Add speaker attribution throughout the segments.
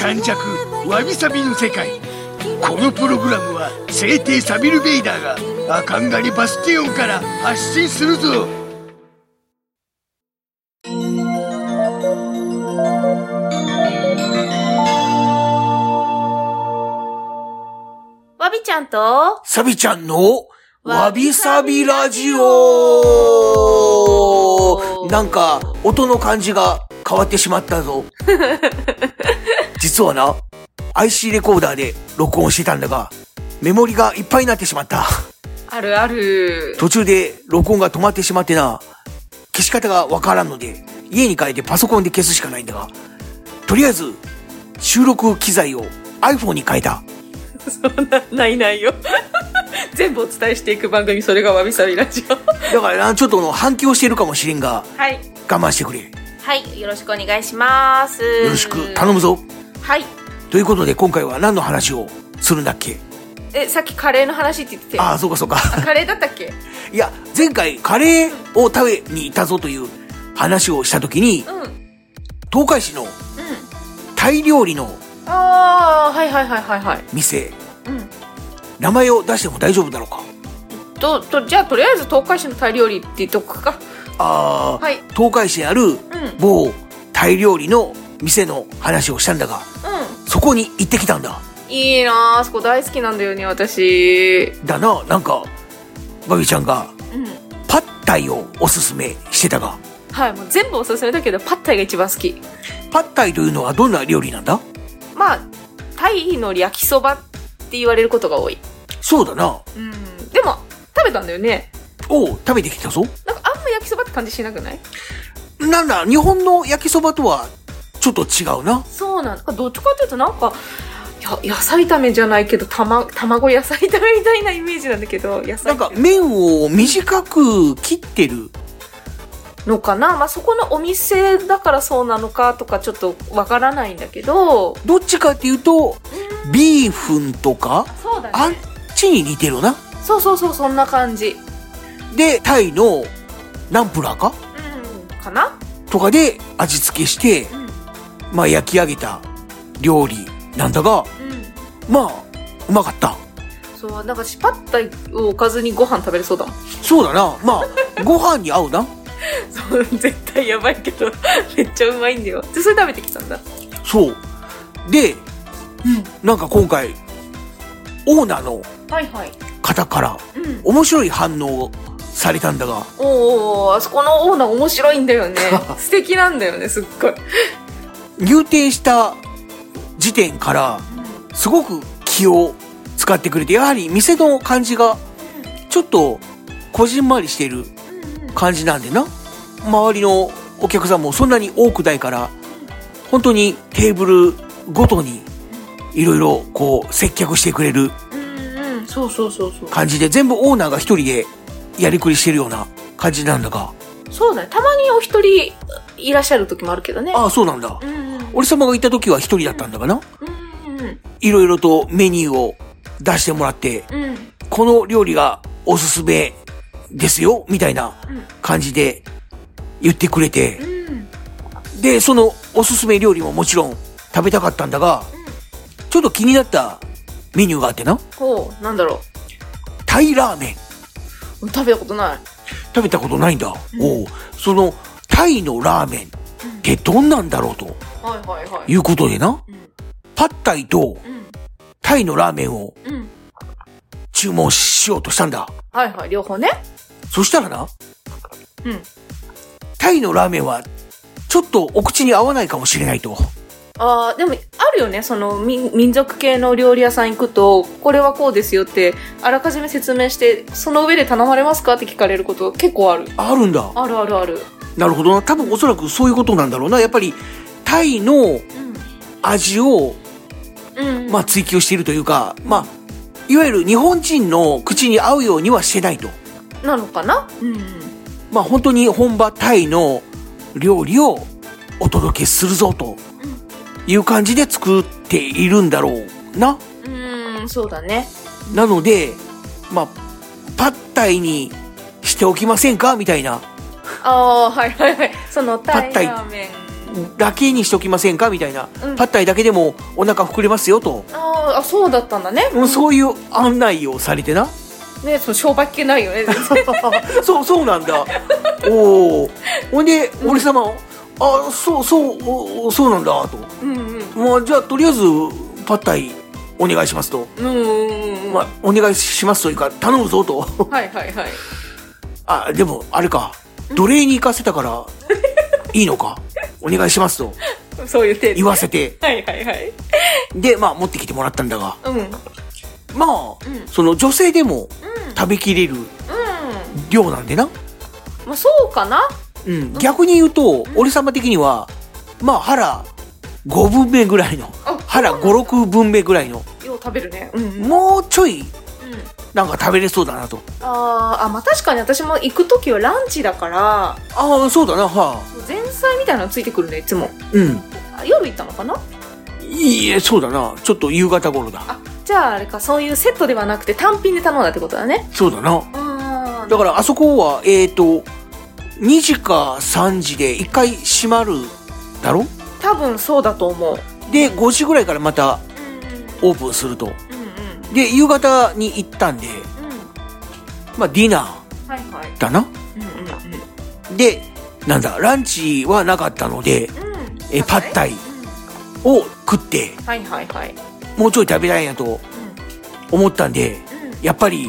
Speaker 1: 感弱わびさびの世界このプログラムは聖帝サビル・ベイダーがアカンガリバスティオンから発信するぞ
Speaker 2: わびちゃんと、
Speaker 3: サビちゃんの、わびさびラジオなんか、音の感じが変わってしまったぞ。実はな、IC レコーダーで録音してたんだが、メモリがいっぱいになってしまった。
Speaker 2: あるある。
Speaker 3: 途中で録音が止まってしまってな、消し方がわからんので、家に帰ってパソコンで消すしかないんだが、とりあえず、収録機材を iPhone に変えた。
Speaker 2: そんな、ないないよ。 全部お伝えしていく番組、それがわびさびラジオ。
Speaker 3: だからな、ちょっとの反響してるかもしれんが、
Speaker 2: はい。
Speaker 3: 我慢してくれ。
Speaker 2: はい。よろしくお願いします。よ
Speaker 3: よろしく頼むぞ。
Speaker 2: はい。
Speaker 3: ということで今回は何の話をするんだっけ
Speaker 2: え、さっきカレーの話って言ってて。
Speaker 3: ああそうかそうか
Speaker 2: カレーだったっけ
Speaker 3: いや前回カレーを食べに行ったぞという話をした時に
Speaker 2: うん。うん。
Speaker 3: 東海市のタイ料理の
Speaker 2: ああ、はいはいはいはいはい。
Speaker 3: 店
Speaker 2: うん。
Speaker 3: 名前を出しても大丈夫だろうか
Speaker 2: と、と、じゃあ、とりあえず東海市のタイ料理って言っとくか。
Speaker 3: ああ、
Speaker 2: はい
Speaker 3: 東海市にある
Speaker 2: うん。うん。
Speaker 3: 某タイ料理の店の話をしたんだがそこに行ってきたんだ
Speaker 2: いいなあそこ大好きなんだよね、私。
Speaker 3: だななんかバビちゃんが
Speaker 2: うん。
Speaker 3: パッタイをおすすめしてたが
Speaker 2: はい。もう全部おすすめだけど、パッタイが一番好き。
Speaker 3: パッタイというのはどんな料理なんだ
Speaker 2: まあタイの焼きそばって言われることが多い、
Speaker 3: そうだな
Speaker 2: うん、でも食べたんだよね
Speaker 3: おう食べてきたぞ
Speaker 2: なんかあんま焼きそばって感じしなくない
Speaker 3: なんだ、日本の焼きそばとはちょっと違うな。
Speaker 2: そうなんだどっちかっていうとなんかや野菜炒めじゃないけどた、ま、卵野菜炒めみたいなイメージなんだけど野
Speaker 3: な
Speaker 2: 菜
Speaker 3: んか麺を短く切ってる。
Speaker 2: のかな、まあ、そこのお店だからそうなのかとかちょっとわからないんだけど
Speaker 3: どっちかっていうと、ビーフンとか、
Speaker 2: そう
Speaker 3: あ
Speaker 2: だ
Speaker 3: っ
Speaker 2: ね
Speaker 3: ちに似てるな。
Speaker 2: そうそうそうそんな感じ
Speaker 3: で、タイのナンプラーか
Speaker 2: うんかな
Speaker 3: とかで味付けして、
Speaker 2: うんうん
Speaker 3: まあ焼き上げた料理なんだが、まあ、うまかった。
Speaker 2: そうなんか私パッタイをおかずにご飯食べれそうだもん
Speaker 3: そうだな。まあ、ご飯に合うな。
Speaker 2: そう 絶対やばいけど めっちゃうまいんだよでそれ食べてきたんだ
Speaker 3: そう。で、なんか今回、オーナーの
Speaker 2: はいはい
Speaker 3: 方から、
Speaker 2: うん
Speaker 3: 面白い反応をされたんだが
Speaker 2: おおあそこのオーナー面白いんだ よね素敵なんだよねすっごい、
Speaker 3: 入店した時点からすごく気を使ってくれてやはり店の感じがちょっとこじんまりしてる感じなんでな周りのお客さんもそんなに多くないから本当にテーブルごとにいろいろこう接客してくれる
Speaker 2: うんうんそうそうそうそう
Speaker 3: 感じで全部オーナーが一人でやりくりしてるような感じなんだが
Speaker 2: そうだねたまにお一人いらっしゃる時もあるけどね
Speaker 3: ああそうなんだ
Speaker 2: うんうんうん
Speaker 3: 俺様がいた時は一人だったんだがな
Speaker 2: うんうん
Speaker 3: いろいろとメニューを出してもらって、
Speaker 2: うんうん
Speaker 3: この料理がおすすめですよ、みたいな
Speaker 2: うん
Speaker 3: 感じで言ってくれて、
Speaker 2: うん
Speaker 3: で、そのおすすめ料理ももちろん食べたかったんだが、ちょっと気になったメニューがあってな、
Speaker 2: こうなんだろ
Speaker 3: タイラーメン。
Speaker 2: う食べたことない
Speaker 3: 食べたことないんだ。おうそのタイのラーメンってどんなんだろうと
Speaker 2: はいはいはい
Speaker 3: いうことでな、
Speaker 2: うん
Speaker 3: パッタイと
Speaker 2: う
Speaker 3: タイのラーメンを
Speaker 2: んうん
Speaker 3: 注文しようとしたんだ。
Speaker 2: はいはい両方ね
Speaker 3: そしたらな、
Speaker 2: うん
Speaker 3: タイのラーメンは、ちょっとお口に合わないかもしれないと。
Speaker 2: あーでもあるよねその民民族系の料理屋さん行くとこれはこうですよってあらかじめ説明してその上で頼まれますかって聞かれること結構ある
Speaker 3: あるんだ。
Speaker 2: あるあるある
Speaker 3: なるほどな。多分おそらくそういうことなんだろうな。やっぱり、タイの
Speaker 2: うん
Speaker 3: 味を、
Speaker 2: うん
Speaker 3: まあ、追求しているというか、まあ、いわゆる日本人の口に合うようにはしてないと。
Speaker 2: なのかなうん
Speaker 3: まあ、本当に本場タイの料理をお届けするぞという感じで作っているんだろうな。
Speaker 2: うんそうだね
Speaker 3: なので、まあ、パッタイにしておきませんかみたいな。
Speaker 2: ああはいはいはいそのタイ
Speaker 3: パッタイ
Speaker 2: ラーメン
Speaker 3: だけにしておきませんかみたいな、
Speaker 2: うん
Speaker 3: パッタイだけでもお腹膨れますよと、
Speaker 2: あーあそうだったんだね
Speaker 3: うんそういう案内をされてな
Speaker 2: ねその商売っ気ないよ ね
Speaker 3: そうそうなんだおおほんで俺様、あそうそうおそうなんだと、
Speaker 2: うんうん
Speaker 3: まあ、じゃあとりあえずパッタイお願いしますと、
Speaker 2: うんうんうん
Speaker 3: まあ、お願いしますというか頼むぞと
Speaker 2: はいはいはい
Speaker 3: あでもあれか奴隷に行かせたからいいのかお願いしますと
Speaker 2: そういう程
Speaker 3: 言
Speaker 2: 度
Speaker 3: わせて
Speaker 2: はいはいはい
Speaker 3: でまあ持ってきてもらったんだが
Speaker 2: うんうん
Speaker 3: まあ、
Speaker 2: ん
Speaker 3: その女性でも食べきれる量なんでな、
Speaker 2: まあそうかな
Speaker 3: うん、逆に言うと、俺様的にはまあ腹5分目ぐらいの
Speaker 2: あ
Speaker 3: 腹56分目ぐらいの
Speaker 2: よう食べるねうんうん
Speaker 3: もうちょ
Speaker 2: う
Speaker 3: い
Speaker 2: ん
Speaker 3: なんか食べれそうだなと
Speaker 2: あーあまあ確かに私も行く時はランチだから
Speaker 3: ああそうだなは
Speaker 2: 前菜みたいなのついてくるねいつも
Speaker 3: あうん
Speaker 2: あ夜行ったのかない
Speaker 3: いえそうだなちょっと夕方頃だ
Speaker 2: あじゃああれかそういうセットではなくて単品で頼んだってことだね
Speaker 3: そうだな
Speaker 2: あ
Speaker 3: だからあそこはえっ、ー、と2時か3時で1回閉まるだろ
Speaker 2: 多分そうだと思う
Speaker 3: で5時ぐらいからまた
Speaker 2: うん
Speaker 3: オープンすると
Speaker 2: うんうん
Speaker 3: で夕方に行ったんで
Speaker 2: うん
Speaker 3: まあディナ
Speaker 2: はいはい
Speaker 3: ーだな
Speaker 2: うんうんうん
Speaker 3: でなんだランチはなかったので
Speaker 2: うん
Speaker 3: えパッタイ
Speaker 2: う
Speaker 3: を食って
Speaker 2: んはいはいはい
Speaker 3: もうちょい食べたいなと思ったんで
Speaker 2: うんうん
Speaker 3: やっぱり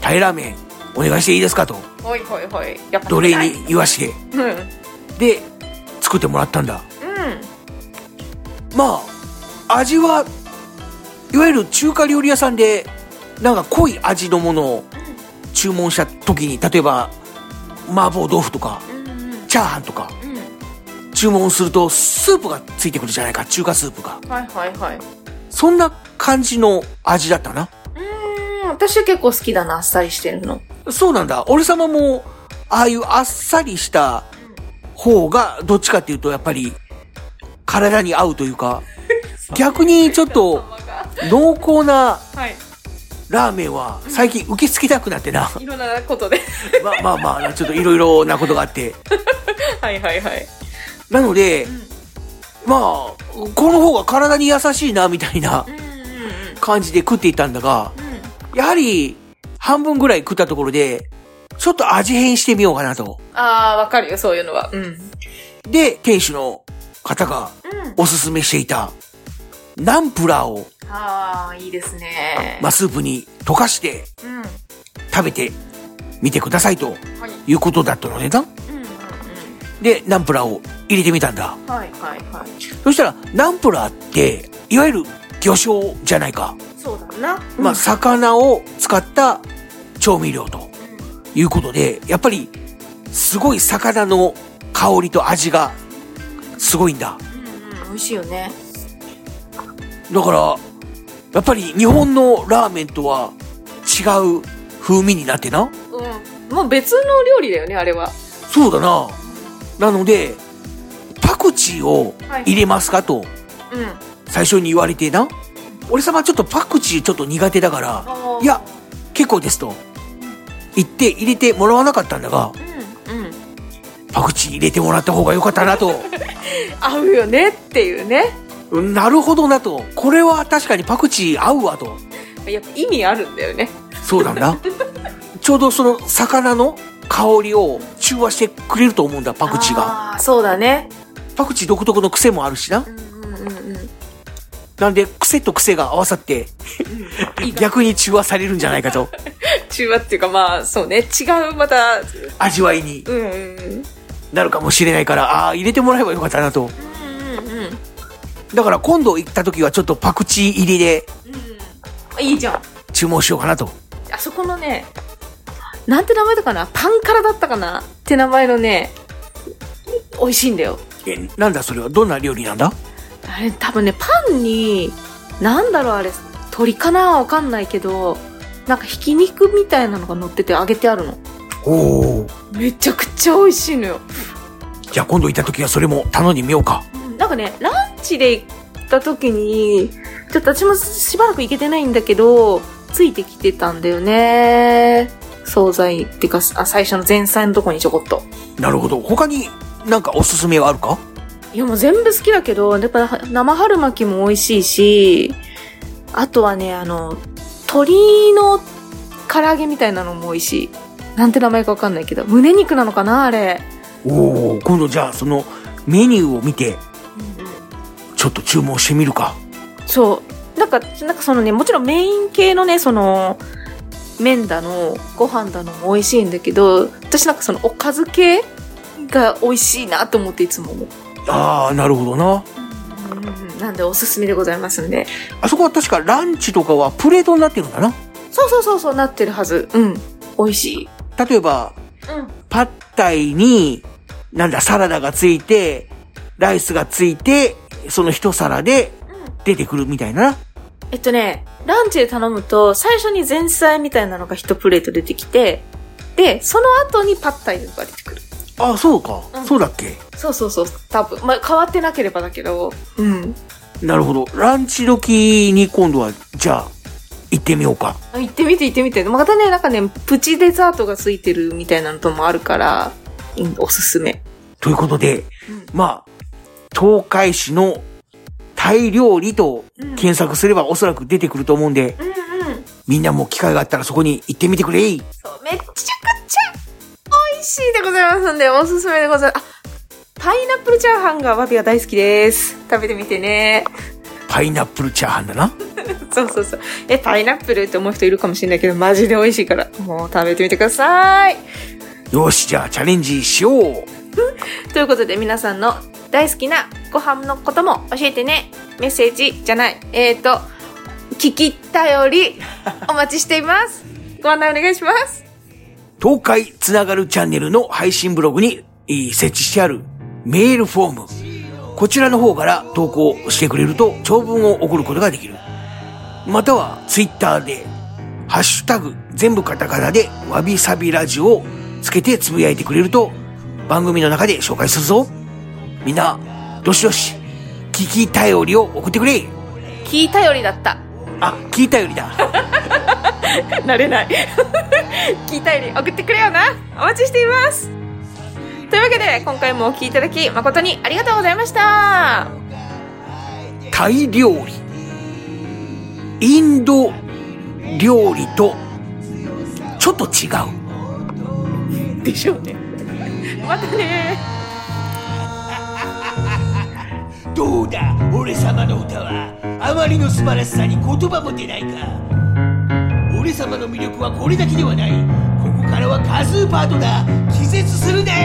Speaker 3: タイラーメンお願いしていいですかと
Speaker 2: はいはいはいやっぱ
Speaker 3: 奴隷に言わして
Speaker 2: うんうん
Speaker 3: で作ってもらったんだまあ味はいわゆる中華料理屋さんでなんか濃い味のものを注文した時に例えば麻婆豆腐とか
Speaker 2: うんうん
Speaker 3: チャーハンとか
Speaker 2: う
Speaker 3: 注文するとスープがついてくるじゃないか中華スープが
Speaker 2: んはいはいはい
Speaker 3: そんな感じの味だったな
Speaker 2: うん私結構好きだなあっさりしてるの
Speaker 3: そうなんだ俺様もああいうあっさりした方がどっちかっていうとやっぱり体に合うというか逆にちょっと濃厚な
Speaker 2: はい
Speaker 3: ラーメンは最近受け付けたくなってな
Speaker 2: いろんなことで
Speaker 3: まあまあまあちょっといろいろなことがあって
Speaker 2: はいはいはい
Speaker 3: なので、まあこの方が体に優しいなみたいな
Speaker 2: うんうん
Speaker 3: 感じで食っていたんだが
Speaker 2: うんうん
Speaker 3: やはり半分ぐらい食ったところでちょっと味変してみようかなと
Speaker 2: ああわかるよそういうのはうん
Speaker 3: で店主の方が
Speaker 2: うん
Speaker 3: おすすめしていたナンプラーを、
Speaker 2: ああいいですね
Speaker 3: まあ、スープに溶かして
Speaker 2: うんはい
Speaker 3: 食べてみてくださいと
Speaker 2: う
Speaker 3: いうことだったのねなん
Speaker 2: うんうん
Speaker 3: でナンプラーを入れてみたんだ
Speaker 2: はいはいはい
Speaker 3: そしたらナンプラーっていわゆる魚醤じゃないか、
Speaker 2: そうだな
Speaker 3: まあ、魚を使った調味料ということでやっぱりすごい魚の香りと味がすごいんだ
Speaker 2: うんうん美味しいよね
Speaker 3: だからやっぱり日本のラーメンとは違う風味になってな
Speaker 2: うんもう別の料理だよねあれは
Speaker 3: そうだななのでパクチーを入れますかと
Speaker 2: うん
Speaker 3: 最初に言われてな俺様ちょっとパクチーちょっと苦手だから
Speaker 2: あー
Speaker 3: いや結構ですと言って入れてもらわなかったんだが
Speaker 2: うんうん
Speaker 3: パクチー入れてもらった方が良かったなと
Speaker 2: 合うよねっていうね
Speaker 3: うんなるほどなとこれは確かにパクチー合うわと
Speaker 2: やっぱ意味あるんだよね
Speaker 3: そうなんだちょうどその魚の香りを中和してくれると思うんだパクチーが
Speaker 2: あーそうだね
Speaker 3: パクチー独特の癖もあるしな
Speaker 2: うんうんうんうん
Speaker 3: なんで癖と癖が合わさって
Speaker 2: いいな
Speaker 3: 逆に中和されるんじゃないかと
Speaker 2: 中和っていうかまあそうね違うまた
Speaker 3: 味わいに
Speaker 2: うんうんうん
Speaker 3: なるかもしれないからああー入れてもらえばよかったなと
Speaker 2: うんうんうん
Speaker 3: だから今度行った時はちょっとパクチー入りで
Speaker 2: うんいいじゃん
Speaker 3: 注文しようかなと
Speaker 2: あそこのねなんて名前だかなパンからだったかなって名前のね美味しいんだよ
Speaker 3: えなんだそれはどんな料理なんだ
Speaker 2: あれ多分ねパンになんだろうあれ鶏かなわかんないけどなんかひき肉みたいなのが乗ってて揚げてあるの
Speaker 3: おお
Speaker 2: めちゃくちゃ美味しいのよ
Speaker 3: じゃあ今度行った時はそれも頼んでみようか
Speaker 2: なんかねランチで行った時にちょっと私もしばらく行けてないんだけどついてきてたんだよね惣菜ってかあ最初の前菜のとこにちょこっと
Speaker 3: なるほど他になんかおすすめはあるか
Speaker 2: いやもう全部好きだけど、やっぱ生春巻きも美味しいし、あとはね、あの、鶏の唐揚げみたいなのも美味しい。なんて名前かわかんないけど、胸肉なのかなあれ。
Speaker 3: おお今度じゃあそのメニューを見て
Speaker 2: うんうん
Speaker 3: ちょっと注文してみるか
Speaker 2: そう。なんか、なんかそのね、もちろんメイン系のね、その、麺だの、ご飯だのも美味しいんだけど、私なんかそのおかず系が美味しいなと思っていつも思う。
Speaker 3: ああなるほどな
Speaker 2: うんうんうんなんでおすすめでございますんで。
Speaker 3: あそこは確かランチとかはプレートになってるんだな
Speaker 2: そうそうそうそうなってるはず。うん。美味しい。
Speaker 3: 例えば
Speaker 2: うん。
Speaker 3: パッタイになんだサラダがついてライスがついてその一皿で出てくるみたいなな
Speaker 2: えっとね、ランチで頼むと、最初に前菜みたいなのが一プレート出てきて、で、その後にパッタイが出てくる。
Speaker 3: あそうか、
Speaker 2: うん
Speaker 3: そうだっけ
Speaker 2: そうそうそう、多分。まあ、変わってなければだけど。うん。
Speaker 3: なるほどランチ時に今度はじゃあ行ってみようか
Speaker 2: あ行ってみて行ってみて。またね、なんかね、プチデザートがついてるみたいなのともあるから、うんおすすめ。
Speaker 3: ということで、
Speaker 2: うん
Speaker 3: まあ東海市のタイ料理と
Speaker 2: うん
Speaker 3: 検索すればおそらく出てくると思うんで、
Speaker 2: うんうん。
Speaker 3: みんなも機会があったらそこに行ってみてくれい
Speaker 2: そう、めっちゃくちゃ美味しいでございますんで、おすすめでございます。あ、パイナップルチャーハンがワビは大好きです。食べてみてね。
Speaker 3: パイナップルチャーハンだな
Speaker 2: そうそうそう。え、パイナップルって思う人いるかもしれないけど、マジで美味しいから、もう食べてみてください。
Speaker 3: よしじゃあチャレンジしよう
Speaker 2: ということで、皆さんの大好きなご飯のことも教えてね。メッセージじゃない。えーと、聞き頼 り、お待ちしています。ご案内お願いします。
Speaker 3: 東海つながるチャンネルの配信ブログにえー設置してあるメールフォーム。こちらの方から投稿してくれると長文を送ることができる。またはツイッターで、ハッシュタグ全部カタカナでわびさびラジオをつけてつぶやいてくれると番組の中で紹介するぞ。みんな、どしどし、聞き頼りを送ってくれ。
Speaker 2: 聞い頼りだった。
Speaker 3: あ、聞いたよりだ。
Speaker 2: なれない 聞いたより送ってくれよなお待ちしていますというわけで今回もお聞きいただき誠にありがとうございました
Speaker 3: タイ料理、インド料理とちょっと違う。
Speaker 2: でしょうねまたね
Speaker 1: どうだ俺様の歌はあまりの素晴らしさに言葉も出ないか俺様の魅力はこれだけではないここからは多数パートだ気絶するなよ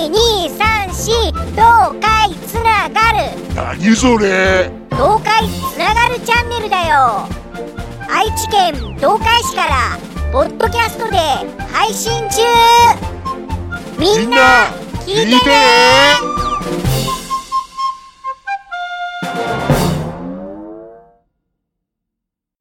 Speaker 4: 12342234東海つながる
Speaker 1: 何それ
Speaker 4: 東海つながるチャンネルだよ愛知県東海市からポッドキャストで配信中みんな聞いてね